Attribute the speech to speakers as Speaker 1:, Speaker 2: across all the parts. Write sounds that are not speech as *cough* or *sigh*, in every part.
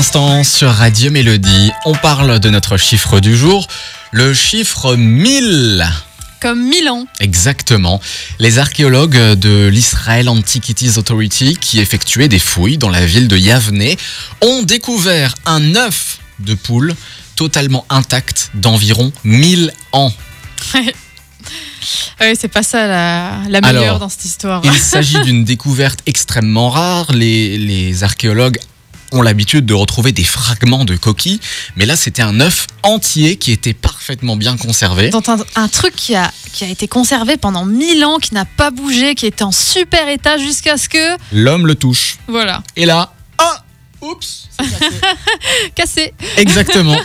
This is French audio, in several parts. Speaker 1: instant sur Radio Mélodie, on parle de notre chiffre du jour, le chiffre 1000.
Speaker 2: Comme Milan.
Speaker 1: Exactement. Les archéologues de l'Israel Antiquities Authority, qui effectuaient des fouilles dans la ville de Yavne, ont découvert un œuf de poule totalement intact d'environ 1000 ans.
Speaker 2: Ouais, Ah c'est pas ça la, la meilleure
Speaker 1: Alors,
Speaker 2: dans cette histoire.
Speaker 1: Il s'agit d'une découverte extrêmement rare. Les, les archéologues ont l'habitude de retrouver des fragments de coquilles, mais là c'était un œuf entier qui était parfaitement bien conservé.
Speaker 2: Hein. Dans un, un truc qui a, qui a été conservé pendant 1000 ans, qui n'a pas bougé, qui était en super état jusqu'à ce que.
Speaker 1: L'homme le touche.
Speaker 2: Voilà, *laughs*
Speaker 1: Et là, ah Oups c'est cassé.
Speaker 2: cassé. *laughs*
Speaker 1: Exactement.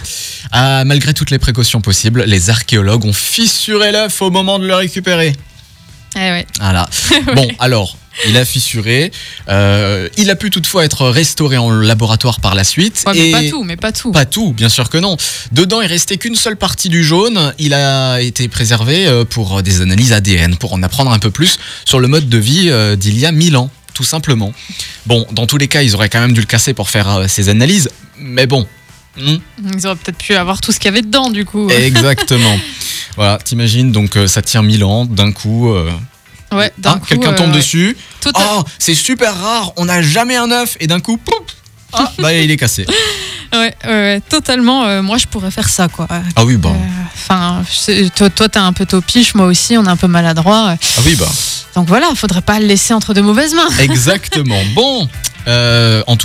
Speaker 1: Ah, malgré toutes les précautions possibles, les archéologues ont fissuré l'œuf au moment de le récupérer.
Speaker 2: Eh ouais. *laughs*
Speaker 1: Voilà. Bon, alors, il a fissuré. Euh, il a pu toutefois être restauré en laboratoire par la suite.
Speaker 2: Ouais, Oh, mais
Speaker 1: et-
Speaker 2: pas tout, mais pas tout.
Speaker 1: Pas tout, bien sûr que non. Dedans, il restait qu'une seule partie du jaune. Il a été préservé euh, pour des analyses ADN, pour en apprendre un peu plus sur le mode de vie euh, d'il y a 1000 ans, tout simplement. Bon, dans tous les cas, ils auraient quand même dû le casser pour faire euh, ces analyses, mais bon. Hmm,
Speaker 2: Ils auraient peut-être pu avoir tout ce qu'il y avait dedans, du coup. *laughs*
Speaker 1: exactement. voilà, t'imagines, donc euh, ça tient 1000 ans, d'un coup. euh,
Speaker 2: Ouais, d'un
Speaker 1: hein,
Speaker 2: coup,
Speaker 1: Quelqu'un
Speaker 2: euh,
Speaker 1: tombe
Speaker 2: ouais.
Speaker 1: dessus.
Speaker 2: Tout à-
Speaker 1: Oh, c'est super rare, on n'a jamais un œuf, et d'un coup, pouf, ah, bah il est cassé.
Speaker 2: ouais, ouais, ouais, totalement. euh, moi, je pourrais faire ça, quoi.
Speaker 1: Ah oui, bah.
Speaker 2: Euh, Enfin, je sais- toi, toi, t'es un peu topiche, moi aussi, on est un peu maladroit. euh.
Speaker 1: Ah oui, bah.
Speaker 2: Donc voilà, faudrait pas le laisser entre de mauvaises mains.
Speaker 1: Exactement. Bon, euh, en tout cas.